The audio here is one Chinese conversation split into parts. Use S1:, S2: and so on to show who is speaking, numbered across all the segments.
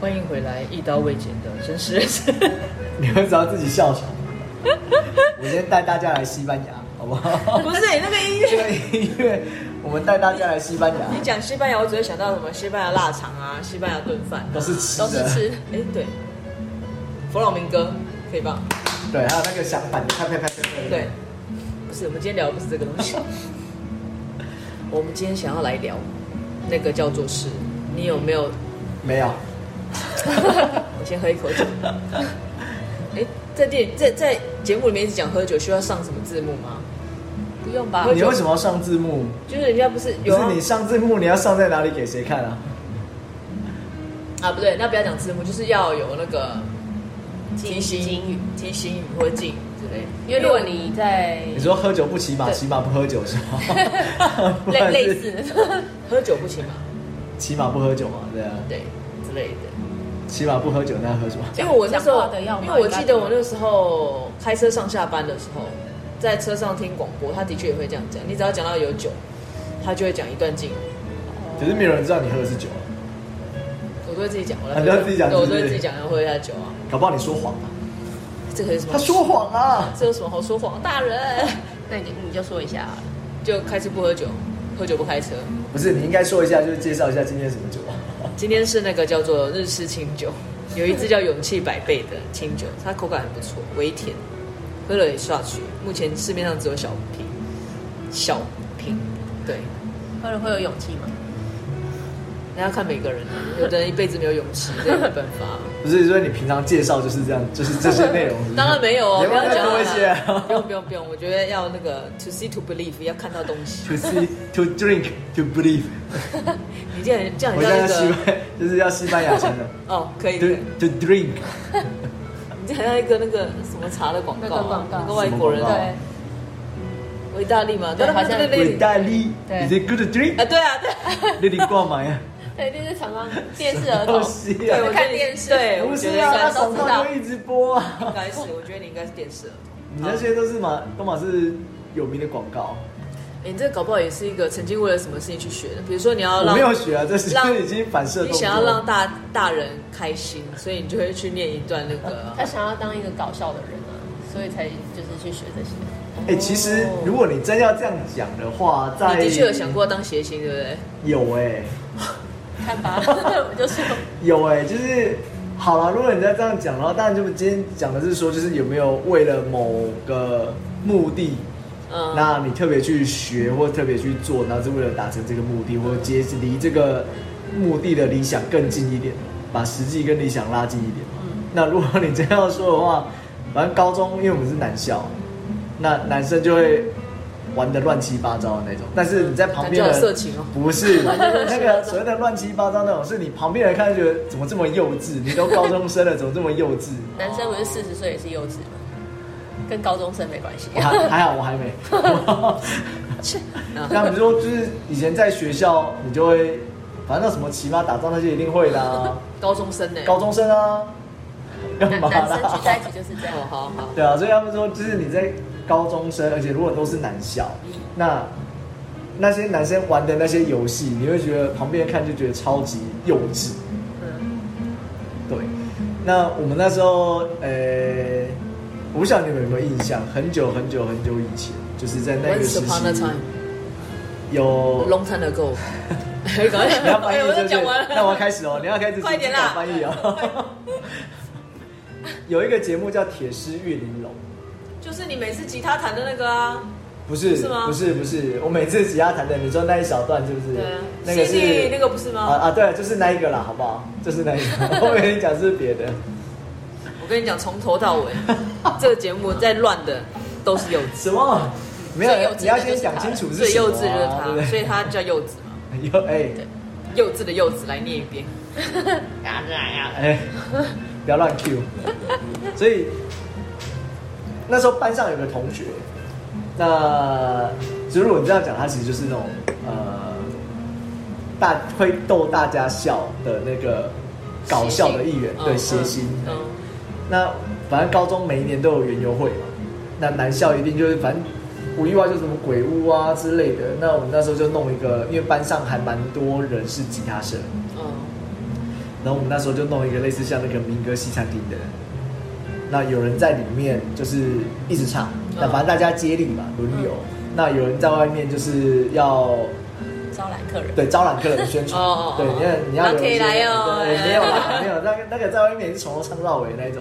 S1: 欢迎回来，一刀未剪的真实人 生。
S2: 你们只要自己笑 什么？我先带大家来西班牙，好不好？
S1: 哦不是你那个音
S2: 这
S1: 乐，
S2: 个音乐，我们带大家来西班
S1: 你
S2: 牙，
S1: 讲西班牙，我只会想到什么西班牙腊肠啊，西班牙炖饭啊、
S2: 都是吃
S1: 都
S2: 的
S1: 是吃。哎，对，佛朗明哥可以吧？
S2: 对，还有那个相反的，拍拍拍拍拍。
S1: 对，，不是，我们今天聊的不是这个东 西。我们今天想要来聊那个叫做是，你有没有？
S2: 没有，
S1: 我先喝一 口酒。哎，在电在在节目里面一直讲喝酒，需要上什么字幕吗？不用吧？
S2: 你为什么要上字幕？
S1: 就是人家不是
S2: 不
S1: 有
S2: 是
S1: 啊
S2: 你上字幕，你要上在哪里给谁看啊？
S1: 啊？不对，那不要讲字幕，就是要有那个提醒
S3: 金
S1: 语、提醒语或敬之类的。
S3: 因为如果你在
S2: 你说喝酒不骑马，
S3: 对？
S2: 骑马不喝酒 是吗
S3: 类类似，
S1: 喝酒不行嘛，
S2: 骑马不喝酒嘛，对啊，
S1: 对之类的。
S2: 骑马不喝酒那喝什么？
S1: 因为我那时
S3: 讲
S1: 候
S3: 话的要，嘛
S1: 因为我记得我那时候开车上下班的时候，在车上听广播，他的确也会这样讲。你只要讲到有酒，他就会讲一段敬语，
S2: 只是没有人知道你喝的是酒啊，
S1: 我都会自己讲。我
S2: 啊你要自己讲
S1: 对我
S2: 是
S1: 都
S2: 不是
S1: 会自己讲，然后喝一下酒啊。
S2: 搞不好你说谎啊。
S1: 这个有什么？
S2: 他说，谎啊！
S1: 这有什么好说谎？大人
S3: 那你你就说一下好了，
S1: 就开车不喝酒，喝酒不开车。
S2: 不是，你应该说一下，就是介绍一下今天什么酒啊？
S1: 今天是那个叫做日式清酒，有一支叫勇气百倍的清酒，它口感很不错，微甜，喝了也下去。目前市面上只有小瓶，小瓶，对。
S3: 喝了会有勇气吗？
S1: 那要看每个人啊，有的人一辈子没有勇气，这也没办 法。
S2: 不是，所以你平常介绍就是这样，就是这些内容。是不是
S1: 当然没有哦，
S2: 你要
S1: 不
S2: 不要
S1: 要
S2: 再
S1: 讲
S2: 多一些啊
S1: 了不用不用不用，我觉得要那个 to see to believe，要看到东 西。
S2: ？To see, to drink, to believe。
S1: 你这样这样
S2: 我
S1: 很像那
S2: 现在西
S1: 个
S2: 班， 就是要西班牙腔 的。
S1: 哦，可以可
S2: To
S1: 以，
S2: to drink，
S1: 你这很像一个那个什么茶的广告
S3: 那个
S1: 啊
S3: 广，告
S1: 那个外国人
S2: 什么广告
S1: 啊，维大利嘛，
S3: 对
S1: 对，
S3: 好像
S1: 对对
S2: 意
S1: 对
S2: 大利
S3: 对
S2: ，Is it good to
S1: 啊，
S2: drink？
S1: 对啊对啊。
S2: 那你挂啊嘛呀？
S3: 对，这是常常电视儿童
S2: 东西啊
S3: 对，我看电视，
S1: 对我
S2: 不
S1: 觉
S2: 是
S1: 得
S2: 啊，
S1: 应该
S2: 他
S1: 都
S2: 手
S1: 知
S2: 上
S1: 道
S2: 就一直播啊
S1: 应。该是，我觉得你应该是电视儿童。
S2: 你那些都是嘛，都嘛是有名的广告。
S1: 哎，你这搞不好也是一个曾经为了什么事情去学的，比如说你要
S2: 我
S1: 让
S2: 没有学啊，这是
S1: 让
S2: 已经反射动
S1: 你
S2: 作。
S1: 想要让大大人开心，所以你就会去念一段那个。
S2: 呃
S1: 啊
S3: 他想要当一个搞笑的人啊，所以才就是去学这些。
S2: 哎、其实如果你真要这样讲的话，在
S1: 哦你的确有想过要当谐星，对不对？
S2: 有哎、
S3: 看 吧，我就说
S2: 有哎、就是好了。如果你再这样讲的话，当然就是今天讲的是说，就是有没有为了某个目的，
S1: 嗯，
S2: 那你特别去学或特别去做，然后是为了达成这个目的，或接离这个目的的理想更近一点，把实际跟理想拉近一点。
S1: 嗯
S2: 那如果你真要说的话，反正高中因为我们是男校，那男生就会玩的乱七八糟的那种，但是你在旁边的
S1: 感觉好色情哦
S2: 不是那个所谓的乱七八糟那种，是你旁边人看就觉得怎么这么幼稚？你都高中生了，怎么这么幼稚？
S3: 男生不是四十岁也是幼稚吗？跟高中生没关系
S2: 我。还还好，我还没。那比如说，就是以前在学校，你就会，反正那什么骑马打仗那些一定会的啊，
S1: 高中生呢？
S2: 高中生啊，干
S3: 男
S2: 嘛
S3: 男生聚在一
S2: 啦？
S3: 起就是这
S1: 哦，
S3: 样，
S1: 好好。
S2: 对啊，所以他们说，就是你在高中生，而且如果都是男校，那那些男生玩的那些游戏，你会觉得旁边看就觉得超级幼稚。
S3: 嗯，
S2: 对，那我们那时候，呃、我不晓得你们有没有印象，很久很久很久以前，就是在那个
S1: Once
S2: 时
S1: upon a
S2: 期
S1: time,
S2: 有
S1: long time ago。赶快
S2: 你要翻译
S1: 哎
S2: 对
S1: 我
S2: 不对
S1: 都讲完了。
S2: 那我要开始哦，你要开始
S1: 快点啦
S2: 自己打翻译哦。有一个节目叫《铁狮玉玲珑》，
S1: 就是你每次吉他弹的那个啊，
S2: 不是
S1: 是吗
S2: 不是不是，我每次吉他弹的，你说那一小段是不是？
S3: 对啊
S2: 那个是
S1: CD 那个不是吗
S2: 啊啊，对，就是那一个啦，好不好？就是那一 个，我跟你讲是别的。
S1: 我跟你讲，从头到尾，这个节目在乱的都是幼稚。
S2: 什么？没有
S1: 最幼，稚
S2: 你要
S1: 的
S2: 先
S1: 就是
S2: 讲
S1: 他
S2: 清楚是
S1: 最
S2: 什么
S1: 幼
S2: 啊
S1: 稚就是
S2: 对不
S1: 他，
S2: 对
S1: 所以他叫幼稚嘛。
S2: 有哎
S1: 对，幼稚的幼稚，来念一遍。
S2: 哎，不要乱 Q。所以那时候班上有个同学，那就如果你这样讲，他其实就是那种呃大会逗大家笑的那个搞笑的一员，对，谐星。
S1: 嗯
S2: 那反正高中每一年都有园游会嘛，那男校一定就是反正不意外就是什么鬼屋啊之类的。那我们那时候就弄一个，因为班上还蛮多人是吉他社，
S1: 嗯嗯，
S2: 然后我们那时候就弄一个类似像那个民歌西餐厅的，那有人在里面就是一直唱，那反正大家接力嘛，轮流。那有人在外面就是要
S3: 招揽客人。
S2: 对招揽客人宣传，
S1: 哦哦哦
S2: 对，你看你要有一
S3: 那可以
S2: 些
S3: 来哦
S2: 对没有啦，没有那个那个在外面也是从头唱到尾 那一种。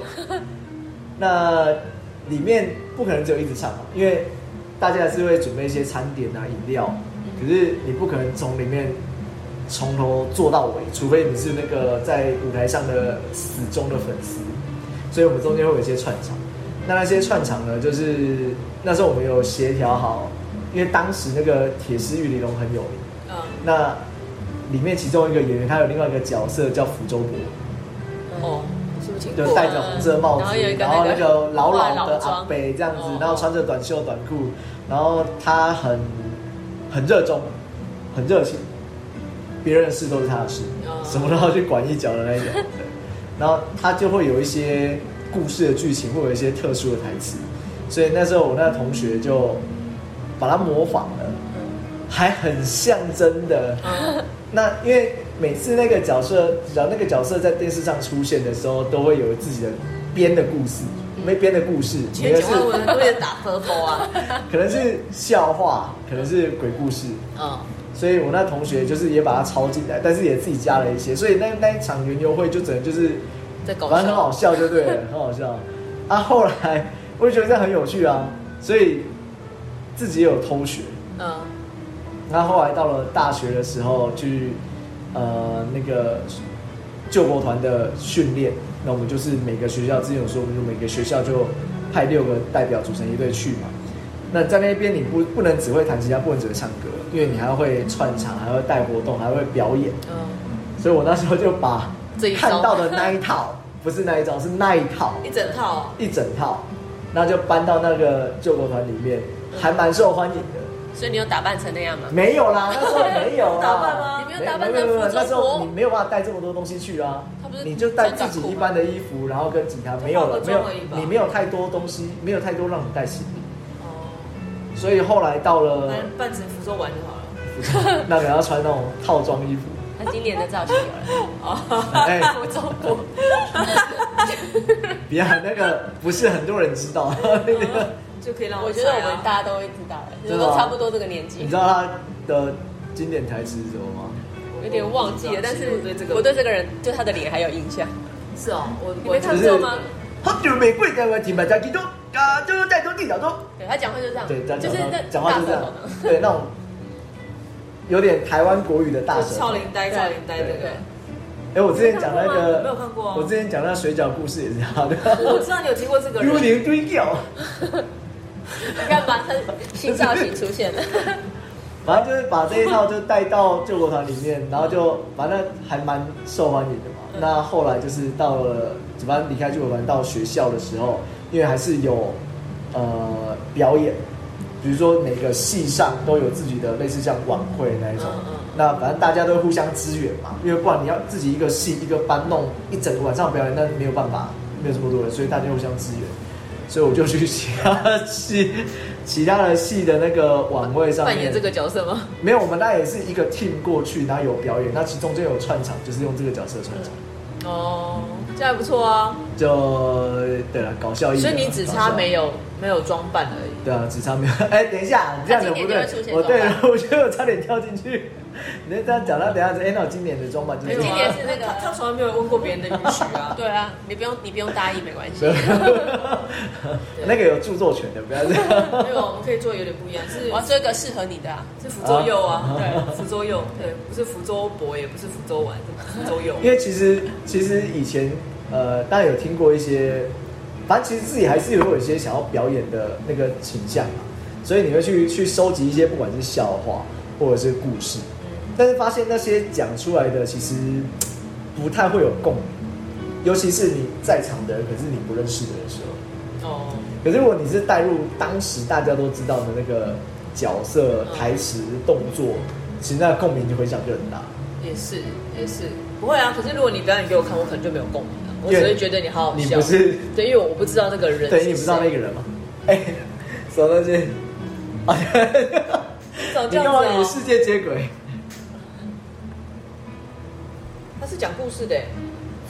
S2: 那里面不可能只有一直唱嘛，因为大家还是会准备一些餐点啊、饮料，
S3: 嗯
S2: 可是你不可能从里面从头做到尾，除非你是那个在舞台上的死忠的粉丝。所以我们中间会有一些串场。那那些串场呢，就是那时候我们有协调好，因为当时那个铁丝玉玲珑很有名，
S3: 嗯，
S2: 那里面其中一个演员，他有另外一个角色叫福州伯，
S3: 嗯
S1: 哦，是不是挺
S2: 就
S1: 酷
S2: 戴着红色帽子
S3: 然后有一，个
S2: 然后那个老老的
S3: 老
S2: 阿
S3: 装
S2: 北这样子
S3: 哦，
S2: 然后穿着短袖短裤，然后他很很热衷，很热情，别人的事都是他的事
S3: 哦，
S2: 什么都要去管一脚的那一种。 对然后他就会有一些故事的剧情，会有一些特殊的台词，所以那时候我那个同学就把它模仿了，
S3: 嗯
S2: 还很像真的。
S1: 嗯
S2: 那因为每次那个角色，只要那个角色在电视上出现的时候，都会有自己的编的故事，没编的故事，
S1: 今天
S2: 可能
S1: 讲话我
S2: 是
S1: 很多人打 purple 啊，
S2: 可能是笑话，可能是鬼故事。
S1: 嗯，
S2: 所以我那同学就是也把它抄进来，但是也自己加了一些，所以那那一场园游会就只能就是
S1: 在搞
S2: 反正很好
S1: 笑，
S2: 笑就对了，很好笑。啊，后来我就觉得这样很有趣啊，所以自己也有偷学。
S1: 嗯，
S2: 那后来到了大学的时候去呃那个救国团的训练，那我们就是每个学校之前有说，我们就每个学校就派六个代表组成一队去嘛。那在那边你不不能只会弹吉他，不能只会唱歌，因为你还会串场，还会带活动，还会表演。
S1: 嗯，
S2: 所以我那时候就把
S1: 这一招
S2: 看到的那一套， 不是那一招，是那一套
S1: 一整套
S2: 一整套，那就搬到那个救国团里面，还蛮受欢迎的。
S3: 所以你有打扮成那样吗？
S2: 没有啦，那时候没有啦。
S3: 打扮吗你没有打扮成
S2: 没有没有没有
S3: 福州
S2: 那时候
S3: 国
S2: 你没有办法带这么多东西去啊
S3: 他不是，
S2: 你就带自己一般的衣服，然后跟吉他，没有了，
S1: 化个
S2: 没有
S1: 妆而已吧，
S2: 你没有太多东西，没有太多让你带行李，
S1: 哦，
S2: 所以后来到了
S1: 那扮成福州玩就好了，
S2: 那个要穿那种套装衣服，
S3: 他今年的造型有了，
S2: 哎，
S1: 哦
S3: 福州博，
S2: 别啊那个不是很多人知道， 那个
S1: 就可以让
S3: 我觉
S1: 觉
S3: 得
S1: 得我
S3: 我
S1: 啊
S3: 们
S1: 们
S3: 大家都会知道的，就
S2: 真
S3: 是
S2: 的
S3: 都
S2: 吗
S3: 差不多这个年纪
S2: 你知，道他的经典台词是什么吗？
S3: 有点忘记了，但是
S1: 我对这个
S3: 我对这个人就他的脸还有印象。
S1: 是哦，我
S3: 你
S1: 我
S3: 没看过吗？
S2: 好久玫瑰在我听百家听中，嘎啊就在中地角中。
S3: 对他讲话就这样，
S2: 对，讲
S3: 就是
S2: 讲
S3: 那
S2: 话讲话
S3: 大
S2: 就是这样
S3: 舌头的，
S2: 对那种有点台湾国语的大
S1: 就
S2: 舌
S1: 超
S2: 头。
S1: 龄呆超龄呆那
S2: 对
S1: 个，
S2: 哎，我之前讲那个，
S1: 没有看过啊
S2: 我之前讲那水饺故事也是他 的，
S1: 我知道你有听过这个
S2: 幽
S1: 人，
S2: 灵堆饺，
S3: 你看吧，他新造型出 现了，
S2: 反正就是把这一套就带到救国团里面，然后就反正还蛮受欢迎的嘛。
S1: 嗯
S2: 那后来就是到了，反正离开救国团到学校的时候，因为还是有呃表演，比如说每个系上都有自己的类似像晚会那一种，
S1: 嗯嗯
S2: 那反正大家都互相支援嘛，因为不然你要自己一个系一个班弄一整个晚上表演，那没有办法，没有这么多人，所以大家互相支援。所以我就去其他系、其他的系的那个晚会上面
S1: 扮演这个角色吗？
S2: 没有，我们那也是一个 team 过去，然后有表演，那其中就有串场，就是用这个角色串场，
S1: 哦，这样还不错啊，
S2: 就对了，搞笑一
S1: 所以
S2: 点嘛。
S1: 你只差没
S2: 有。
S1: 有没有装扮而已，
S2: 对啊，只差没有。哎、等一下，你这样子
S3: 他
S2: 不
S3: 今年就会出
S2: 对，
S3: 现
S2: 我对
S3: 装
S2: 了，我觉得我差点跳进去。你这样讲到，等一下子，哎、那我今年的装扮就是
S1: 没
S2: 这
S1: 有
S2: 样
S1: 啊
S3: 今年是那个
S1: 他他从来没有问过别人的允许 啊，
S3: 对啊，你不用你不用答应没关系
S2: 没，有 那个有著作权的，不要 这样。
S1: 没有，我们可以做有点不一样，是
S3: 我要做一个适合你的啊，
S1: 是福州柚啊，
S2: 啊
S1: 对，福州柚，对，不是福州博，也不是福州丸，是福州柚。
S2: 因为其实其实以前呃，当然有听过一些，反正其实自己还是有有一些想要表演的那个倾向嘛，所以你会去去收集一些不管是笑话或者是故事，但是发现那些讲出来的其实不太会有共鸣，尤其是你在场的人，可是你不认识的人的时候。
S1: 哦，
S2: 可是如果你是带入当时大家都知道的那个角色、
S1: 嗯
S2: 台词、动作，其实那个共鸣就回响就很大。
S1: 也是也是，不会啊。可是如果你表演给我看，我可能就没有共鸣了，我只
S2: 因为
S1: 会觉得你好好
S2: 你
S1: 笑。
S2: 不是
S1: 对，因为我不知道那个人，
S2: 对，你不知道那个，人吗？哎、什么东西？啊，
S1: 早
S2: 你
S1: 这样
S2: 干
S1: 子啊
S2: 嘛与
S1: 哦。
S2: 世界接轨？
S1: 他是讲故事的耶，欸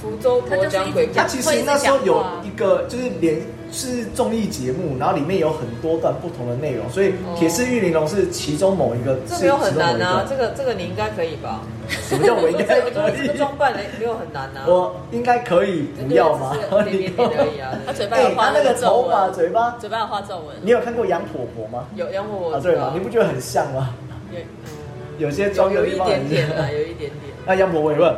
S1: 福州
S3: 它就
S1: 国
S3: 是
S1: 讲
S3: 一
S1: 鬼
S3: 直
S1: 故
S2: 它
S3: 讲
S1: 事，
S2: 其实那时候有一个就是连是综艺节目，然后里面有很多段不同的内容，所以
S1: 哦
S2: 《铁丝玉玲珑》是其中某一个，
S1: 这
S2: 是
S1: 没有很难啊，
S2: 其
S1: 这个这个你应该可以吧？
S2: 中某一段什么叫我应该
S1: 我
S2: 可
S1: 觉得这个
S2: 以？
S1: 装扮没有很难啊，
S2: 我应该可以不要吗
S1: 这个？只是
S2: 你
S1: 点点点而已啊。
S3: 他嘴
S1: 对
S3: 巴有
S2: 他
S3: 画
S2: 那个
S3: 皱
S2: 头发、
S3: 纹，
S2: 嘴巴，
S3: 嘴巴有画皱纹，
S2: 你有看过杨婆婆吗？
S1: 有杨火
S2: 啊，
S1: 我
S2: 对嘛，你不觉得很像吗？
S3: 有
S2: 有些
S1: 有
S2: 妆
S1: 有
S2: 的
S1: 一
S2: 地方
S1: 点
S2: 很像
S1: 点啊，有一点点。
S2: 那杨婆婆也问，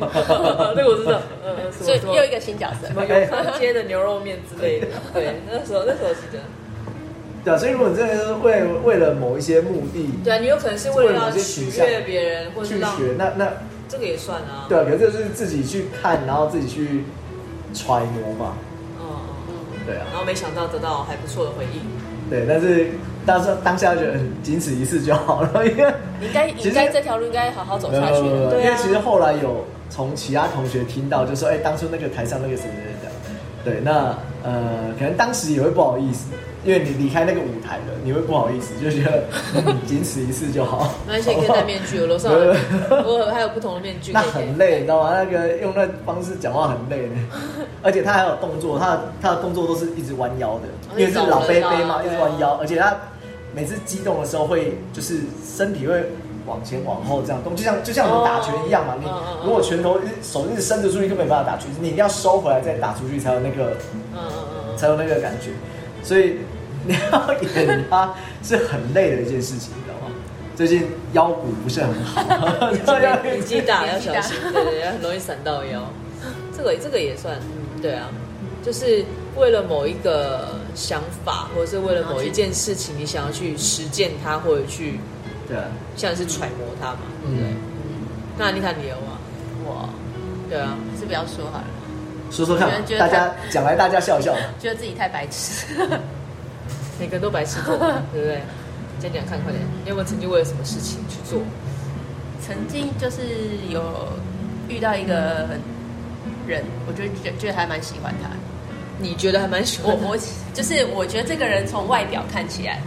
S1: 那个我知道，嗯，
S3: 所以又一
S1: 个
S3: 个新角色
S1: 什。么永康街的牛肉面之类的，对，那时候那时候记得。
S2: 对啊，所以如果你真的是为为了某一些目的
S1: 对啊，你有可能是为了要取悦别人，或是
S2: 去
S1: 让
S2: 学，那那
S1: 这个也算啊。
S2: 对啊，可是这是自己去看，然后自己去揣摩嘛，
S1: 嗯，嗯
S2: 对啊
S1: 嗯，然后没想到得到还不错的回应，
S2: 对，但是当时当下觉得嗯仅此一次就好了，因为
S3: 你应该，
S2: 其
S3: 你
S2: 实
S3: 应该这条路应该好好走
S2: 没有
S3: 下
S2: 没有
S3: 去
S2: 没有
S3: 的。
S1: 对啊
S2: 因为其实后来有从其他同学听到，就说哎、当初那个台上那个谁谁谁讲，对，那呃，可能当时也会不好意思，因为你离开那个舞台了，你会不好意思，就觉得嗯仅此一次就好。
S1: 没关系，可以戴面具，我楼上有我还有不同的面具
S2: 那
S1: 可以给你。
S2: 很累，你知道吗？那个用那方式讲话很累 呢，而且他还有动作，他的他的动作都是一直弯腰
S1: 哦
S2: 的，因为是老贝贝嘛，一直弯腰，而且他每次激动的时候会就是身体会往前往后这样动，就像就像我们打拳一样嘛，
S1: 哦
S2: 你
S1: 嗯嗯嗯
S2: 如果拳头一手一直伸得出去，根本没办法打出去，你一定要收回来再打出去才有那个
S1: 嗯嗯嗯
S2: 才有那个感觉，所以你要演他是很累的一件事情，你知道吗？最近腰骨不是很好，
S1: 嗯，年纪大了要小心，对对，对很容易闪到腰。这个这个也算，嗯对啊，就是为了某一个想法，或者是为了某一件事情，你想要去实践它，或者去
S2: 对啊，
S1: 像是揣摩它嘛。
S2: 嗯。
S1: 那你看你有啊？
S3: 我
S1: 对啊，
S3: 是不要说好了，
S2: 说说看嘛
S3: 觉，得
S2: 大
S3: 他
S2: 家讲来大家笑一笑嘛。
S3: 觉得自己太白痴。
S1: 每个人都白痴过，对不对？讲讲看，快点，你有没有曾经为了什么事情去做？
S3: 曾经就是有遇到一个人，我就觉觉得还蛮喜欢他。
S1: 你觉得还蛮喜
S3: 我
S1: 欢的
S2: 嗯
S3: 我就是我觉得这个人从外表看起来，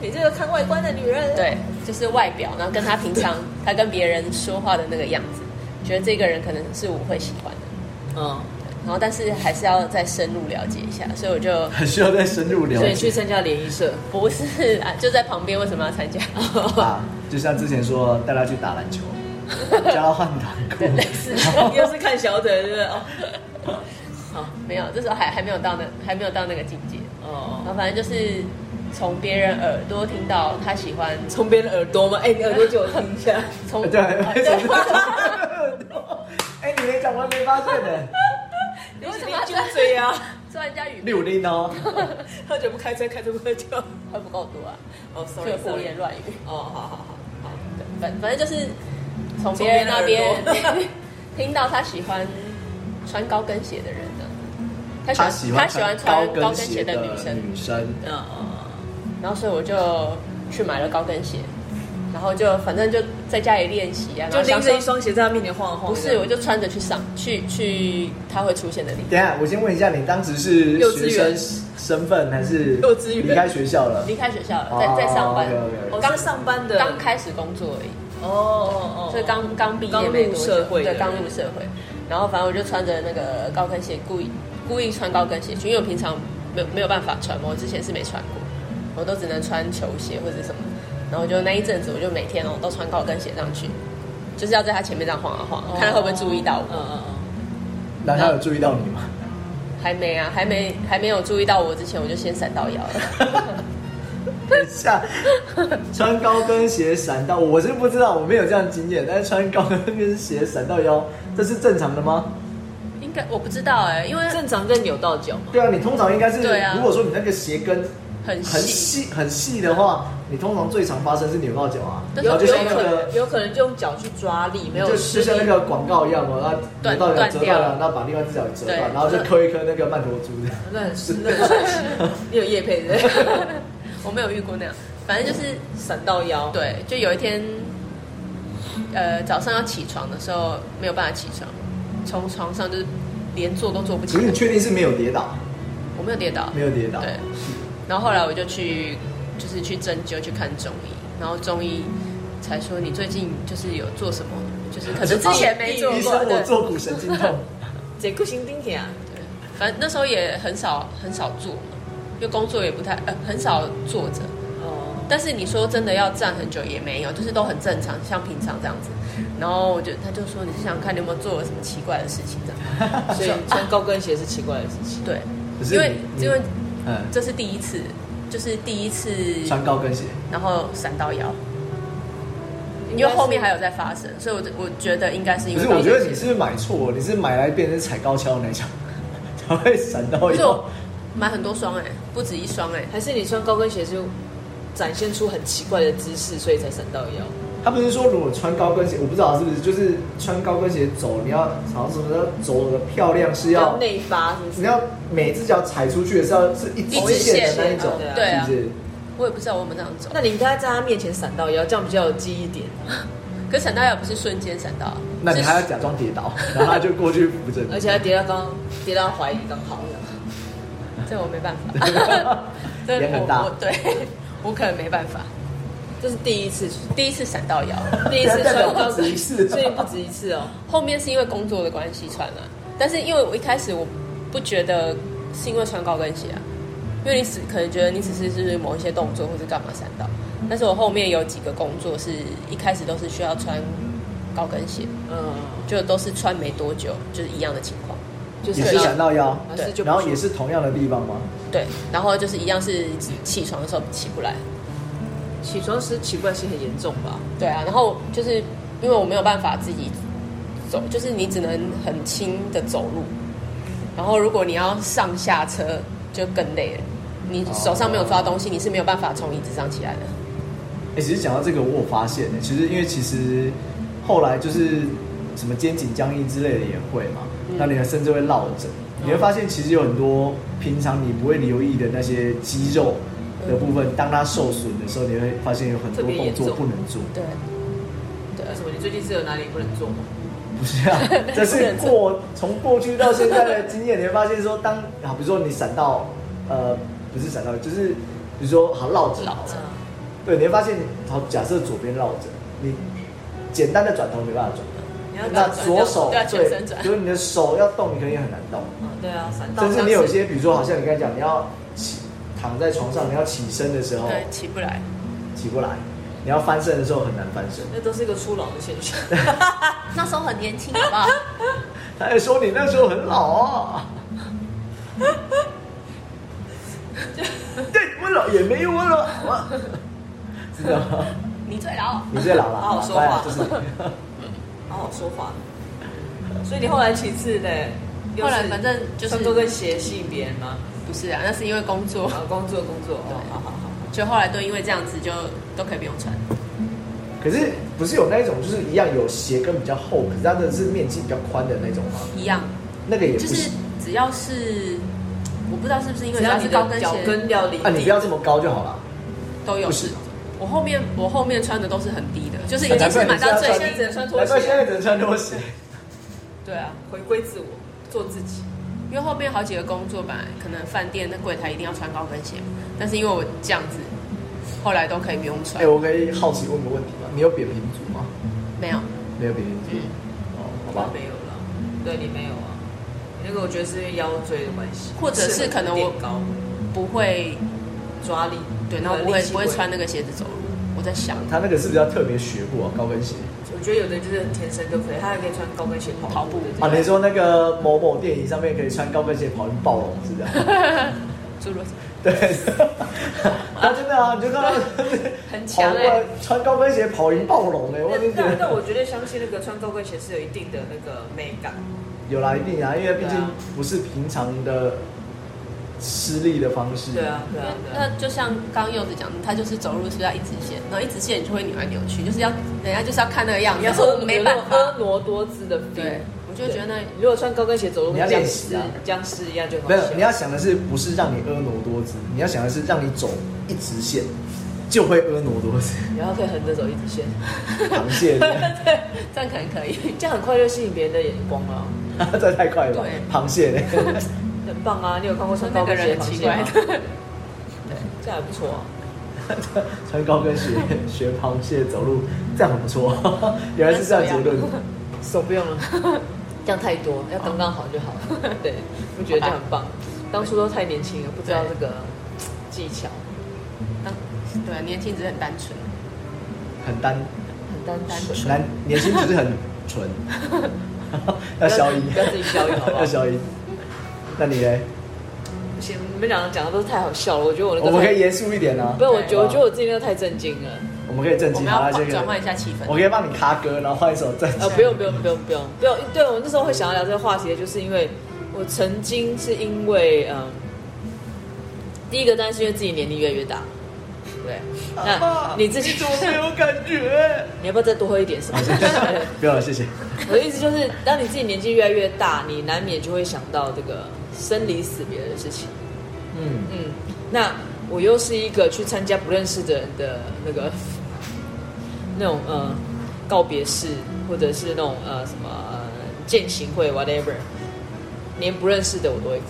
S1: 你这个看外观的女人，
S3: 对，就是外表，然后跟他平常他跟别人说话的那个样子，觉得这个人可能是我会喜欢的。
S1: 嗯，
S3: 然后但是还是要再深入了解一下，所以我就
S2: 很需要再深入了
S1: 所以你去
S2: 解
S1: 参加联谊社，
S3: 不是啊，就在旁边，为什么要参加？
S2: 啊，就像之前说带他去打篮球，教他换短裤，
S3: 类似
S1: 又是看小腿，对不对？哦
S3: 哦，没有，这时候还还没有到那还没有到那个境界。然
S1: 哦，
S3: 后反正就是从别人耳朵听到他喜欢，
S1: 从别人耳朵吗？哎，你耳朵借我听一下。
S3: 从
S2: 对，为什么？ 哎，你没讲，我还没发现呢。
S1: 你
S3: 你为
S1: 是
S3: 什么
S1: 邻
S3: 要
S1: 居
S3: 抓
S1: 嘴啊？
S3: 抓人家语病？
S2: 六零哦，
S1: 喝酒不开车，开车不喝 酒。
S3: 会不够多啊，
S1: 哦，sorry，
S3: 就胡言乱语。
S1: 哦，好好好好，
S3: 对反反正就是从别人那边
S1: 从别人耳朵
S3: 听到他喜欢穿高跟鞋的人呢，他
S2: 他
S3: 喜
S2: 喜
S3: 欢
S2: 欢
S3: 他喜欢穿
S2: 穿高
S3: 高跟
S2: 跟
S3: 鞋
S2: 鞋
S3: 的
S2: 的
S3: 女生，
S2: 女生，
S1: 嗯，
S3: 然后所以我就去买了高跟鞋，然后就反正就在家里练习啊，
S1: 就
S3: 然
S1: 拎
S3: 后想
S1: 着一
S3: 说
S1: 双鞋在他面前晃来晃
S3: 不
S1: 去。
S3: 是，我就穿着去上去去他会出现的地方。
S2: 等一下，我先问一下，你当时是
S1: 幼稚
S2: 学
S1: 园
S2: 生身份还是
S1: 幼稚园
S2: 离开学校了？
S3: 离开学校了，
S2: 哦
S3: 在在上班，
S2: OK，OK
S1: 我刚哦上班的，
S3: 刚开始工作而已，
S1: 哦哦哦，
S3: 所以刚刚毕业
S1: 刚
S3: 没
S1: 入
S3: 多
S1: 社
S3: 久，
S1: 会的
S3: 对，
S1: 人嗯
S3: 刚入社会。然后反正我就穿着那个高跟鞋，故意故意穿高跟鞋去，因为我平常没有没有办法穿嘛，我之前是没穿过，我都只能穿球鞋或者什么。然后我就那一阵子，我就每天哦都穿高跟鞋上去，就是要在他前面这样晃啊晃，看他会不会注意到我。
S1: 嗯嗯嗯，
S2: 那他有注意到你吗？
S3: 还没啊，还没还没有注意到我之前，我就先闪到腰 了。
S2: 等一 下，穿高跟鞋闪到，我是不知道，我没有这样经验。但是穿高跟鞋闪到腰，这是正常的吗？
S3: 应该我不知道
S1: 欸
S3: 哎、因为
S1: 正常跟扭到脚嘛。
S2: 对啊，你通常应该是，
S3: 对啊
S2: 如果说你那个鞋跟
S3: 很
S2: 很
S3: 细，
S2: 细很细的话，你通常最常发生是扭到脚啊，
S3: 对
S1: 有
S2: 然后就
S1: 有
S2: 像那
S1: 可
S2: 个
S1: 能，有可能就用脚去抓力，没有
S2: 就
S1: 施
S2: 就
S1: 力
S2: 像那个广告一样嘛，那
S3: 断
S2: 扭到脚
S3: 断
S2: 折
S3: 掉
S2: 断了，那把另外一只脚也折断，
S3: 对
S2: 然后就磕一磕那个曼陀珠这样。
S1: 那很是那很帅气你有叶配对不对？
S3: 我没有遇过那样，反正就是
S1: 闪到腰，
S3: 对，就有一天，呃，早上要起床的时候没有办法起床，从床上就是连坐都坐不起
S2: 请问
S3: 来
S2: 你。确定是没有跌倒？
S3: 我没有跌倒，
S2: 没有跌倒。
S3: 对。然后后来我就去，就是去针灸去看中医，然后中医才说你最近就是有做什么就是可能之前没做
S2: 医
S3: 过
S2: 生，我
S3: 对，
S2: 坐骨神经痛，
S1: 这顾心丁点啊，
S3: 反正那时候也很少很少做嘛，因为工作也不太呃很少坐着。
S1: 哦，
S3: 但是你说真的要站很久也没有，就是都很正常，像平常这样子。然后我就他就说你是想看你有没有做了什么奇怪的事情这样？
S1: 所以穿高跟鞋是奇怪的事情。
S3: 对
S2: 可，是
S3: 因为
S2: 你
S3: 因为
S2: 嗯，
S3: 这是第一次，就是第一次，
S2: 穿高跟鞋，
S3: 然后闪到腰，
S1: 应
S3: 因
S1: 该
S3: 为
S1: 是
S3: 后面还有在发生，所以我就我觉得应该是因
S2: 可
S3: 为
S2: 是
S3: 高
S2: 我
S3: 跟
S2: 觉
S3: 鞋。
S2: 得你是不是买错，你是买来变成踩高跷的那一种，才会闪到
S3: 不是
S2: 腰
S3: 我。买很多双哎、不止一双哎、
S1: 还是你穿高跟鞋就展现出很奇怪的姿势，所以才闪到腰。
S2: 他不是说如果穿高跟鞋，我不知道是不是就是穿高跟鞋走，你要好像什么的走的漂亮是
S1: 要
S2: 要，
S1: 内八是不是
S2: 你？要每只脚踩出去的是要是一
S3: 一
S2: 直
S3: 直
S2: 线的
S3: 线
S2: 那一种，
S1: 啊
S3: 对啊
S2: 是不是？
S3: 我也不知道我们这样走，
S1: 那你应该在他面前闪到腰，这样比较有记忆点。
S3: 可闪到腰不是瞬间闪到，
S2: 那你
S3: 是
S2: 还要假装跌倒，然后他就过去扶着你
S1: 而。且还跌到刚跌到怀里刚好，
S3: 这我没办 法，这
S2: 脸很
S3: 我
S2: 大
S3: 我对 我可能没办法，
S1: 这是第一次，
S3: 第一次闪到腰，
S1: 第一次
S2: 代
S1: 穿
S2: 表
S1: 高
S2: 不止一
S1: 跟
S2: 次
S1: 所以不止一次哦。
S3: 后面是因为工作的关系穿了、但是因为我一开始我不觉得是因为穿高跟鞋啊，因为你只可能觉得你只是就是某一些动作或是干嘛闪到，但是我后面有几个工作是一开始都是需要穿高跟鞋，
S1: 嗯，
S3: 就都是穿没多久就是一样的情况，
S1: 就
S2: 也是闪到腰，
S1: 还是就不
S2: 然后也是同样的地方吗？
S3: 对，然后就是一样是起床的时候起不来，
S1: 起床时奇怪性很严重吧？
S3: 对啊，然后就是因为我没有办法自己走，就是你只能很轻的走路，然后如果你要上下车就更累了，你手上没有抓东西，你是没有办法从椅子上起来的。
S2: 哎、其实讲到这个，我有发现、欸，其实因为其实后来就是什么肩颈僵硬之类的也会嘛，
S1: 嗯
S2: 那你还甚至会落枕，你会发现其实有很多平常你不会留意的那些肌肉的部分，当它受损的时候，你会发现有很
S1: 嗯特
S2: 多
S1: 别
S2: 动
S1: 严
S2: 作
S1: 重
S2: 不能 做。
S3: 对，对
S1: 为，什么你最近是有哪里不能做吗？
S2: 不是 啊，这是过从过去到现在的经验，你会发现说，当啊，比如说你闪到，呃，不是闪到，就是比如说好落枕好了，
S1: 嗯
S2: 对，你会发现，好，假设左边落枕，你简单的转头没办法转，
S1: 你要
S2: 那
S1: 转
S2: 左手
S3: 对啊全身转
S2: 就是你的手要动，你可能也很难动，
S1: 嗯对啊，闪到
S2: 甚
S1: 像
S2: 至你有些，比如说，好像你刚才讲，你要起躺在床上，你要起身的时候
S3: 对，起不来。
S2: 起不来，你要翻身的时候很难翻身。
S1: 那都是一个初老的现象。
S3: 那时候很年轻，好不 好？
S2: 他还说你那时候很老 啊。对，我老也没有我老啊， 知道吗？
S3: 你最老。
S2: 你最老了，
S1: 好好说
S2: 对啊
S1: 话
S2: 就是你
S1: 好哦好说话。所以你后来几次呢？又
S3: 后
S1: 是
S3: 来反正就是
S1: 穿高跟鞋吸引别人吗？
S3: 不是啊，那是因为工作，
S1: 啊，工作工作，哦，
S3: 对
S1: 好好好。
S3: 就后来都因为这样子就都可以不用穿。
S2: 可是不是有那一种就是一样有鞋跟比较厚，可是它的是面积比较宽的那种吗？
S3: 一样，
S2: 那个也不
S3: 就是
S2: 行。
S3: 只要是我不知道是不是因为
S1: 只要
S3: 是
S1: 你
S3: 高
S1: 的
S3: 跟
S1: 脚
S3: 鞋
S1: 跟要离
S2: 啊，你不
S1: 地，
S2: 要这么高就好了。
S3: 都有
S2: 不是。
S3: 我后面我后面穿的都是很低的，就是已经是买
S2: 难怪
S3: 到
S2: 你
S3: 最
S2: 现在
S3: 低
S1: 只能穿拖
S2: 难怪现
S1: 鞋。
S2: 在只能穿拖鞋。
S3: 对啊，
S1: 回归自我，做自己。
S3: 因为后面好几个工作本来可能饭店那柜台一定要穿高跟鞋，但是因为我这样子，后来都可以不用
S2: 哎、
S3: 穿。
S2: 我可以好奇问个问题吗？你有扁平足吗？
S3: 没有，
S2: 没有扁平足
S3: 嗯。
S2: 哦，
S1: 我
S2: 好吧。
S1: 没有了，对你没有啊？你那个我觉得是因为腰椎的关系，
S3: 或者是可能
S1: 垫
S3: 我
S1: 高
S3: 不会，
S1: 抓力，
S3: 对，然后不会
S1: 力气
S3: 不会穿。那个鞋子走路。我在想
S2: 他那个是不是要特别学过啊？高跟鞋。
S1: 我觉得有的就是很天生就可以，他还可以穿高跟鞋跑
S3: 跑步
S1: 对不对
S2: 啊，你说那个某某电影上面可以穿高跟鞋跑去暴龙，是这样？
S3: 侏罗纪
S2: 对，啊，真的啊，你就看到
S3: 很
S2: 跑
S3: 强
S2: 过
S3: 哎、
S2: 来穿高跟鞋跑赢暴龙哎，我已经觉
S1: 啊但但
S2: 得
S1: 我绝对相信那个穿高跟鞋是有一定的那个美感，
S3: 嗯
S2: 有啦，一定啊，因为毕
S1: 对
S2: 竟
S1: 啊
S2: 不是平常的施力的方式。
S1: 对啊，对啊，对啊。
S3: 那就像刚刚柚子讲的，他就是走路是不是要一直线，然后一直线你就会扭来扭去，就是要人家就是要看那个样子，
S1: 你要
S3: 但是
S1: 说
S3: 我没办
S1: 婀
S3: 法。
S1: 娜多姿的 feel，
S3: 对，我就觉得那
S1: 如果穿高跟鞋走路，
S2: 你要
S1: 跟僵
S2: 练习
S1: 尸
S2: 啊
S1: 僵尸一样就好
S2: 没
S1: 笑
S2: 有，你要想的是不是让你婀娜多姿，你要想的是让你走一直线就会婀娜多 姿，
S1: 然后可以横着走一直线，
S2: 螃蟹
S3: 这样可能可以。
S1: 这样很快就吸引别人的眼光了，
S2: 这太快了吧，
S3: 对
S2: 螃蟹 嘞。
S1: 很棒啊！你有看过穿
S3: 说
S1: 高
S3: 那个
S1: 跟鞋的
S3: 人很
S1: 螃
S3: 奇
S1: 蟹
S3: 怪
S1: 吗？
S3: 的，
S1: 这样还不错啊。
S2: 穿高跟鞋学螃蟹走路，这样很 不错。原来是这样结论。
S1: 手不用了， 这样太多，要刚刚好就好了。
S3: 哦
S1: 对，我觉得这样很棒。当初都太年轻了，不知道这个技巧，
S3: 当对啊，年轻只是很单纯，
S2: 很单
S1: 很单纯。
S2: 男年轻只是很 纯，要消音，
S1: 不要自己消音好不好
S2: 要消音。那你嘞？
S1: 不行，你们两个讲的都太好笑了，我觉得我那个
S2: 哦我们可以
S1: 太
S2: 严肃一点啊。
S1: 不是，我觉得我觉得
S2: 得
S1: 我自己那个太震惊了。
S2: 我们可以正
S3: 我
S2: 经
S3: 们
S2: 好
S3: 要
S2: 那啊这
S3: 换
S2: 个
S3: 转换一下气氛。
S2: 我可以帮你卡歌，然后换一首正
S1: 呃，
S2: 经。
S1: 不用不用不用不用不用。对我那时候会想要聊这个话题，就是因为我曾经是因为嗯，第一个当然是因为自己年龄越来越大，对不对。那你自己
S2: 啊怎么没有感觉？
S1: 你要不要再多喝一点什么？
S2: 不要了，谢谢。
S1: 我的意思就是，当你自己年纪越来越大，你难免就会想到这个生离死别的事情。
S2: 嗯，
S1: 嗯，那我又是一个去参加不认识的人的那个 那种呃告别式，或者是那种呃什么呃践行会 whatever，连不认识的我都会哭。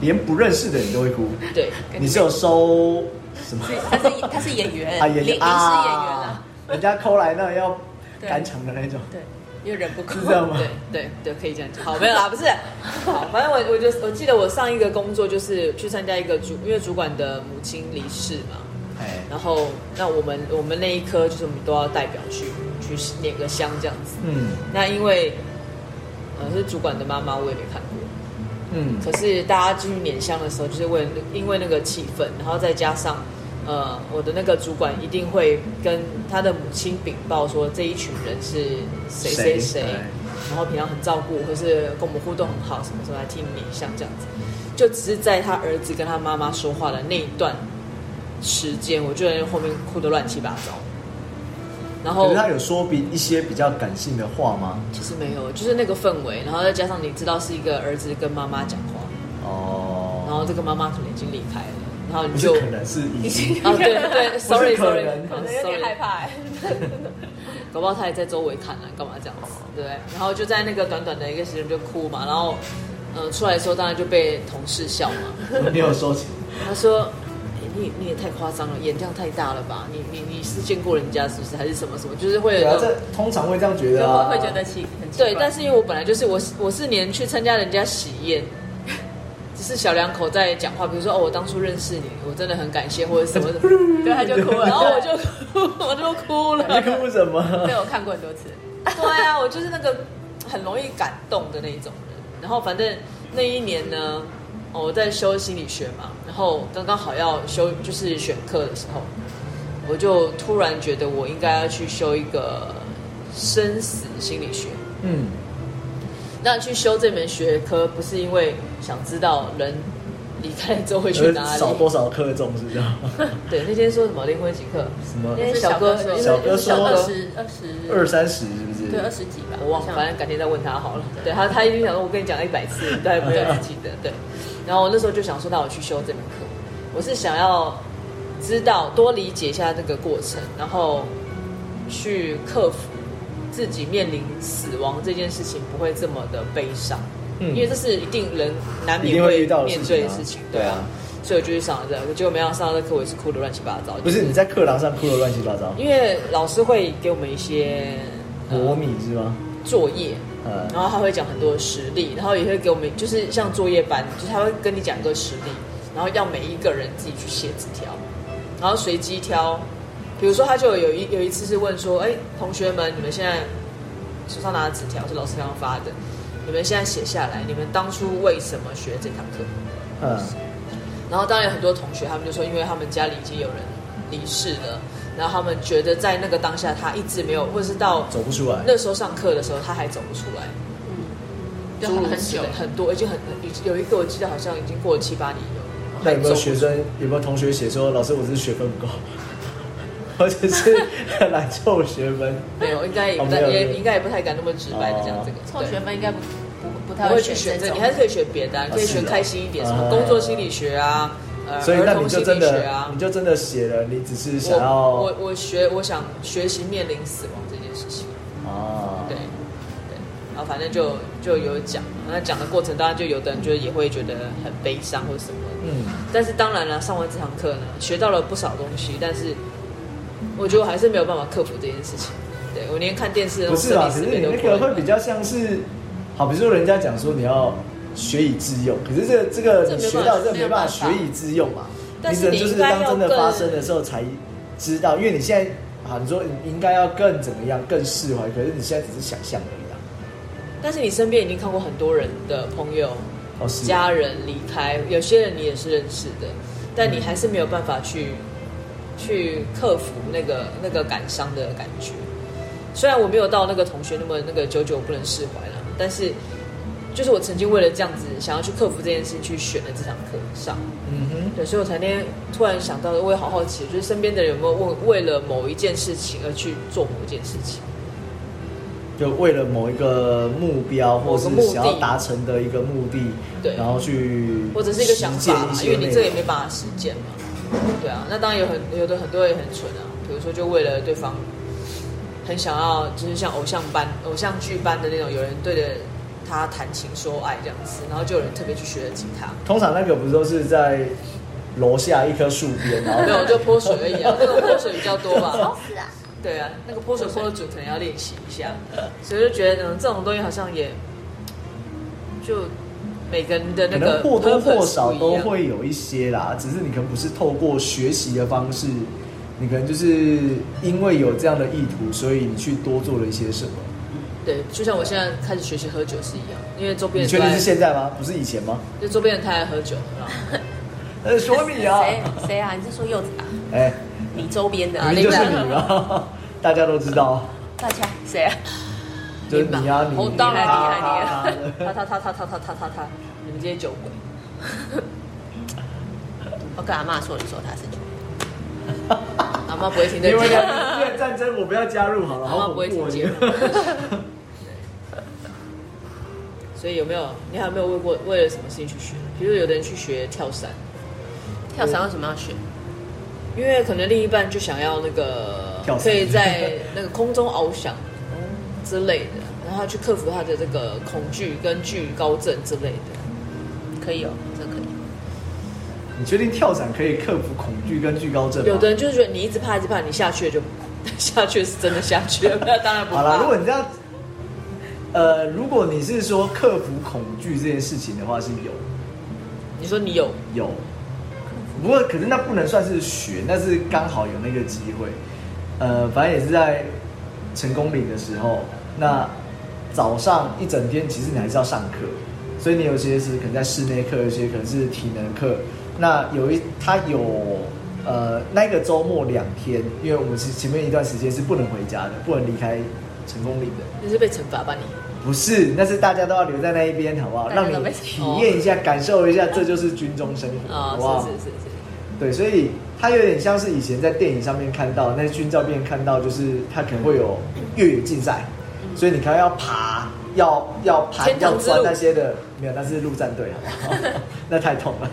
S2: 连不认识的人都会哭。
S1: 对，
S3: 嗯
S2: 你是有收什么？
S3: 他是他是演 员，
S2: 啊，
S3: 临
S2: 演
S3: 临时演员啊，，
S2: 人家抠来那要
S3: 对
S2: 赶场的那种，
S3: 对，因为人不够
S2: 是，这样吗？
S1: 对对对，可以这样讲。好，没有啦，不是。好，反正我我就我记得我上一个工作就是去参加一个主，因为主管的母亲离世嘛，
S2: 哎，
S1: 然后那我们我们那一科就是我们都要代表去去念个香这样子。
S2: 嗯
S1: 那因为呃是主管的妈妈，我也没看过。
S2: 嗯，
S1: 可是大家进去捻香的时候，就是为了因为那个气氛，然后再加上呃我的那个主管一定会跟他的母亲禀报说这一群人是谁谁谁，
S2: 对
S1: 然后平常很照顾，或是跟我们互动很好，什么时候来听你像这样子，就只是在他儿子跟他妈妈说话的那一段时间，我就在后面哭得乱七八糟。然
S3: 哦
S1: 后
S2: 可是他有说比一些比较感性的话吗？
S1: 其实没有，就是那个氛围，然后再加上你知道是一个儿子跟妈妈讲话，然
S2: 哦，
S1: 后这个妈妈可能已经离开了，然后
S2: 不
S1: 你
S2: 是
S1: 就
S2: 可能是已经
S1: 啊对 对，sorry
S2: 可
S1: sorry，
S2: 能
S3: 可能有点害怕哎。
S1: 搞不好他也在周围看呢、干嘛这样子，对不对？然后就在那个短短的一个时间就哭嘛，然后呃出来的时候当然就被同事笑嘛，
S2: 没有收钱，
S1: 他说。哎你你也太夸张了，眼量太大了吧？你你你是见过人家是不是？还是什么什么？就是会
S2: 对
S1: 有
S2: 啊
S1: 那，种
S2: 这通常会这样觉得
S3: 我
S2: 啊，
S3: 会觉得奇很奇怪。
S1: 对，但是因为我本来就是我是我是连去参加人家喜宴，只是小两口在讲话，比如说哦，我当初认识你，我真的很感谢或者什么的，
S3: 对他就哭了，
S1: 然后我就 我就哭了。
S2: 你哭什么？
S3: 对我看过很多次，
S1: 对啊，我就是那个很容易感动的那一种人。然后反正那一年呢，哦我在修心理学嘛，然后刚刚好要修就是选课的时候，我就突然觉得我应该要去修一个生死心理学。
S2: 嗯，
S1: 那去修这门学科，不是因为想知道人离开之后会去哪里
S2: 呃少？多少克重是这样，
S1: 对，那天说什么灵魂几课？
S2: 什么
S1: 那天小哥说，
S2: 小哥
S1: 那天
S2: 说
S1: 小
S3: 二
S1: 哥，
S3: 十二十
S2: 二三十是不是？
S3: 对二十几吧，
S1: 我忘了，反正改天再问他好了。对他，他一定想说，我跟你讲了一百次，你都还没有记得。对，然后我那时候就想说，那我去修这门课，我是想要知道多理解一下这个过程，然后去克服自己面临死亡这件事情不会这么的悲伤，
S2: 嗯
S1: 因为这是一定人难
S2: 一
S1: 免
S2: 定会遇到
S1: 面
S2: 事
S1: 对的
S2: 情啊
S1: 事情，
S2: 对啊。
S1: 所以我就去上了这个，结果没想到上了这课，我也是哭得乱七八糟。
S2: 不是你在课堂上哭的乱七八糟，
S1: 因为老师会给我们一些、呃
S2: 国米是吗？
S1: 作业，
S2: 呃，
S1: 然后他会讲很多的实例，然后也会给我们就是像作业班，就是他会跟你讲一个实例，然后要每一个人自己去写纸条，然后随机挑。比如说，他就有一有一次是问说：“哎，同学们，你们现在手上拿的纸条是老师刚刚发的，你们现在写下来，你们当初为什么学这堂课？”
S2: 嗯，
S1: 然后当然有很多同学，他们就说，因为他们家里已经有人离世了，然后他们觉得在那个当下，他一直没有，或者是到
S2: 走不出来。
S1: 那时候上课的时候，他还走不出来，
S3: 嗯就
S1: 诸如
S3: 很
S1: 此
S3: 久
S1: 类，很多，已经很很有一个我记得好像已经过了七八年有，
S2: 那有没有
S1: 还走
S2: 学生有没有同学写说，老师我只是学分不够， 或者 是来凑学分？
S1: 没有，应该也
S2: 哦
S1: 不
S2: 没
S1: 太
S2: 有没
S1: 也
S2: 有哦
S1: 应该也不太敢那么直白的讲这个
S3: 凑
S1: 对
S3: 学分应该不不不
S1: 不
S3: 太
S1: 会
S3: 会
S1: 去
S3: 选
S1: 选
S3: 这
S1: 这，
S3: 种
S1: 你还是可以选别的啊，你可以
S2: 是
S1: 选
S2: 哦
S1: 开心一点，什
S2: 啊
S1: 么工作心理学啊，呃，
S2: 所以那
S1: 儿
S2: 你
S1: 童心
S2: 就
S1: 理
S2: 真
S1: 学
S2: 的
S1: 啊
S2: 你。就真的写了，你只是想
S1: 我
S2: 要
S1: 我我学我想学习面临死亡这件事情，
S2: 啊
S1: 对，对，然后反正就就有讲，那讲的过程，当然就有的人就也会觉得很悲伤或什么的。
S2: 嗯，
S1: 但是当然了，上完这堂课呢，学到了不少东西，但是我觉得我还是没有办法克服这件事情。对我连看电视
S2: 不是啦，啊可
S1: 生
S2: 是
S1: 理
S2: 你
S1: 时都
S2: 那个
S1: 不
S2: 会比较像是，好，比如说人家讲说你要学以致用，可是这个这个
S3: 这
S2: 你
S3: 没办法
S2: 学到这没
S3: 没有
S2: 办法
S3: 办法
S2: 学以致用嘛，
S1: 但
S2: 只
S1: 是
S2: 能
S1: 你
S2: 就是
S1: 应该
S2: 当
S1: 要
S2: 真的发
S1: 更
S2: 生的时候才知道，因为你现在啊，你说你应该要更怎么样，更释怀，可是你现在只是想象而已啦。啊
S1: 但是你身边已经看过很多人的朋友、
S2: 哦，是
S1: 家人离开，有些人你也是认识的，但你还是没有办法去去克服那个那个感伤的感觉。虽然我没有到那个同学那么那个久久不能释怀了，但是就是我曾经为了这样子想要去克服这件事，去选了这堂课上。
S2: 嗯哼，
S1: 对，所以我才那天突然想到，我也好好奇，就是身边的人有没有为为了某一件事情而去做某一件事情？
S2: 就为了某一个目标
S1: 某
S2: 或
S1: 个
S2: 是
S1: 目的
S2: 想要达成的一个目的，
S1: 对
S2: 然后去
S1: 或者是一个想法啦，
S2: 实践一些
S1: 因为你这个也没
S2: 内容
S1: 办法实践嘛。对啊，那当然有很有的很多人也很蠢啊，比如说就为了对方很想要，就是像偶像班、偶像剧班的那种，有人对着他谈情说爱这样子，然后就有人特别去学了吉他，
S2: 通常那个不是都是在楼下一棵树边，然后
S1: 哦没有就泼水而已啊，那种泼水比较多吧。
S4: 好死啊！
S1: 对啊，那个泼水泼的准可能要练习一下，所以就觉得嗯，这种东西好像也就每个人的那
S2: 可
S1: 个
S2: 能或多或
S1: purpose
S2: 少
S1: 不一
S2: 都
S1: 样。
S2: 会有一些啦，只是你可能不是透过学习的方式，你可能就是因为有这样的意图，所以你去多做了一些什么。
S1: 对，就像我现在开始学习喝酒是一样，因为周边
S2: 你
S1: 人
S2: 确
S1: 都
S2: 定是
S1: 爱，
S2: 现在吗？不是以前 吗？
S1: 就周边人太爱喝酒了啦。
S2: 呃，说你啊，
S3: 谁谁啊？你是说柚子啊？
S2: 哎，
S3: 你周边的
S1: 哪
S3: 啊？
S1: 里
S2: 明
S1: 的
S2: 明就是你啊， 大家都知道，
S3: 大家谁啊？
S2: 就是你啊，你
S1: 好哦当然
S2: 啊
S3: 厉害
S1: 他
S2: 啊
S1: 他他他他他他他他，你们这些酒鬼。
S3: 我跟阿妈说，你说他是酒。
S1: 阿妈不会听这
S2: 因
S1: 个
S2: 为这，个战争我不要加入好了，
S1: 阿妈
S2: 好
S1: 不
S2: 恐
S1: 会
S2: 怖
S1: 听
S2: 啊！
S1: 节目。 所以有没有你还有没有为过为了什么事情去学？比如有的人去学跳伞，
S3: 跳伞为什么要学？
S1: 因为可能另一半就想要那个
S2: 跳伞
S1: 可以在那个空中翱翔之类的，然后他去克服他的这个恐惧跟惧高症之类的。
S3: 可以哦，这可以。
S2: 你确定跳伞可以克服恐惧跟惧高症吗？
S1: 有的人就是觉得你一直怕，一直怕，你下去了就 下去是真的下去 了，那当然不
S2: 好啦，如果
S1: 怕。
S2: 你这样，呃，如果你是说克服恐惧这件事情的话，是有
S1: 你说你有
S2: 有，不过可是那不能算是学，那是刚好有那个机会。呃，反正也是在成功岭的时候，那早上一整天其实你还是要上课，所以你有些是可能在室内课，有些可能是体能课。那有一他有呃那个周末两天，因为我们是前面一段时间是不能回家的，不能离开成功岭的。
S1: 你是被惩罚吧你？
S2: 不是，那是大家都要留在那一边，好不好？
S3: 大家
S2: 让
S3: 都
S2: 你
S3: 被
S2: 体验一下、感受一下，这就是军中生活，
S1: 啊、
S2: 好不好？
S1: 是是是是，
S2: 对，所以它有点像是以前在电影上面看到，那军照片看到，就是它可能会有越野竞赛，所以你可能要爬、要要攀
S1: 天、堂
S2: 要
S1: 之路
S2: 钻那些的，没有，那是陆战队，好不好？那太痛了，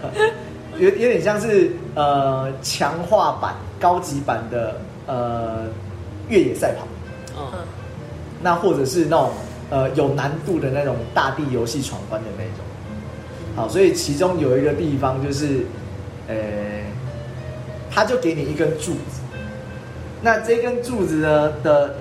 S2: 有有点像是呃强化版、高级版的呃越野赛跑。
S1: 嗯
S3: 嗯，
S2: 那或者是那种呃有难度的那种大地游戏闯关的那种。好，所以其中有一个地方就是，呃，他就给你一根柱子，那这根柱子呢的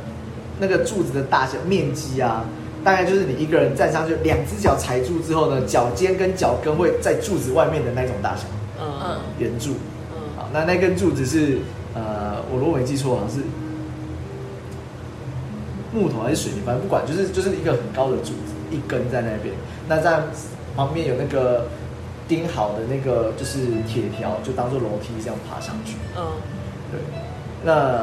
S2: 那个柱子的大小面积啊，大概就是你一个人站上去，两只脚踩住之后呢，脚尖跟脚跟会在柱子外面的那种大小，
S1: 嗯嗯
S3: 嗯
S2: 圆柱。
S1: 嗯，
S2: 好，那那根柱子是呃，我如果没记错，好像是木头还是水泥，反正不管，就是就是一个很高的柱子，一根在那边。那在旁边有那个钉好的那个就是铁条，就当做楼梯这样爬上去。
S1: 嗯
S2: 对，那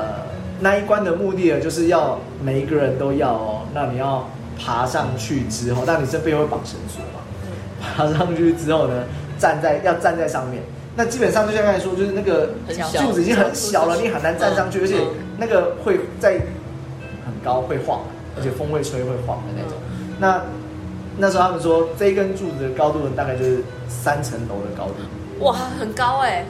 S2: 那一关的目的呢，就是要每一个人都要哦。那你要爬上去之后，那你这边会绑绳索嘛？
S1: 嗯
S2: 爬上去之后呢，站在要站在上面。那基本上就像刚才说，就是那个
S1: 很小
S2: 柱子已经很小了，你很难站上去，
S1: 嗯
S2: 而且
S1: 嗯
S2: 那个会在很高会晃，而且风会吹会晃的那种。
S1: 嗯
S2: 那那时候他们说，这一根柱子的高度呢，大概就是三层楼的高度。
S3: 哇，很高哎，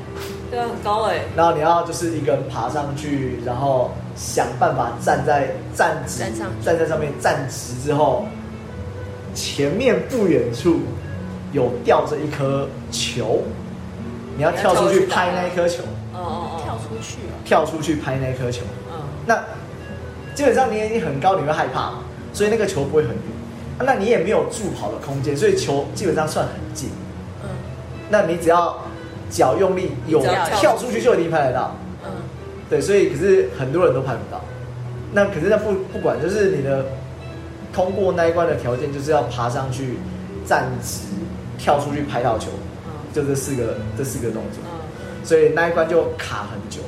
S1: 对啊，很高哎、
S2: 然后你要就是一个人爬上去，然后想办法站在站直，
S3: 站上去
S2: 站在上面站直之后，前面不远处有吊着一颗球，你要跳出去拍那一颗球，
S1: 哦哦
S4: 跳出去哦，
S2: 跳出去拍那一颗球。
S1: 哦，嗯，
S2: 那基本上你已经很高，你会害怕嘛，所以那个球不会很远。啊那你也没有助跑的空间，所以球基本上算很近。
S4: 嗯
S2: 那你只要脚用力，有
S1: 只要
S2: 跳出去就一定拍得到。
S4: 嗯，
S2: 对，所以可是很多人都拍不到。那可是那不不管，就是你的通过那一关的条件，就是要爬上去、站直、跳出去拍到球，
S1: 嗯
S2: 就这四个这四个动作。所以那一关就卡很久，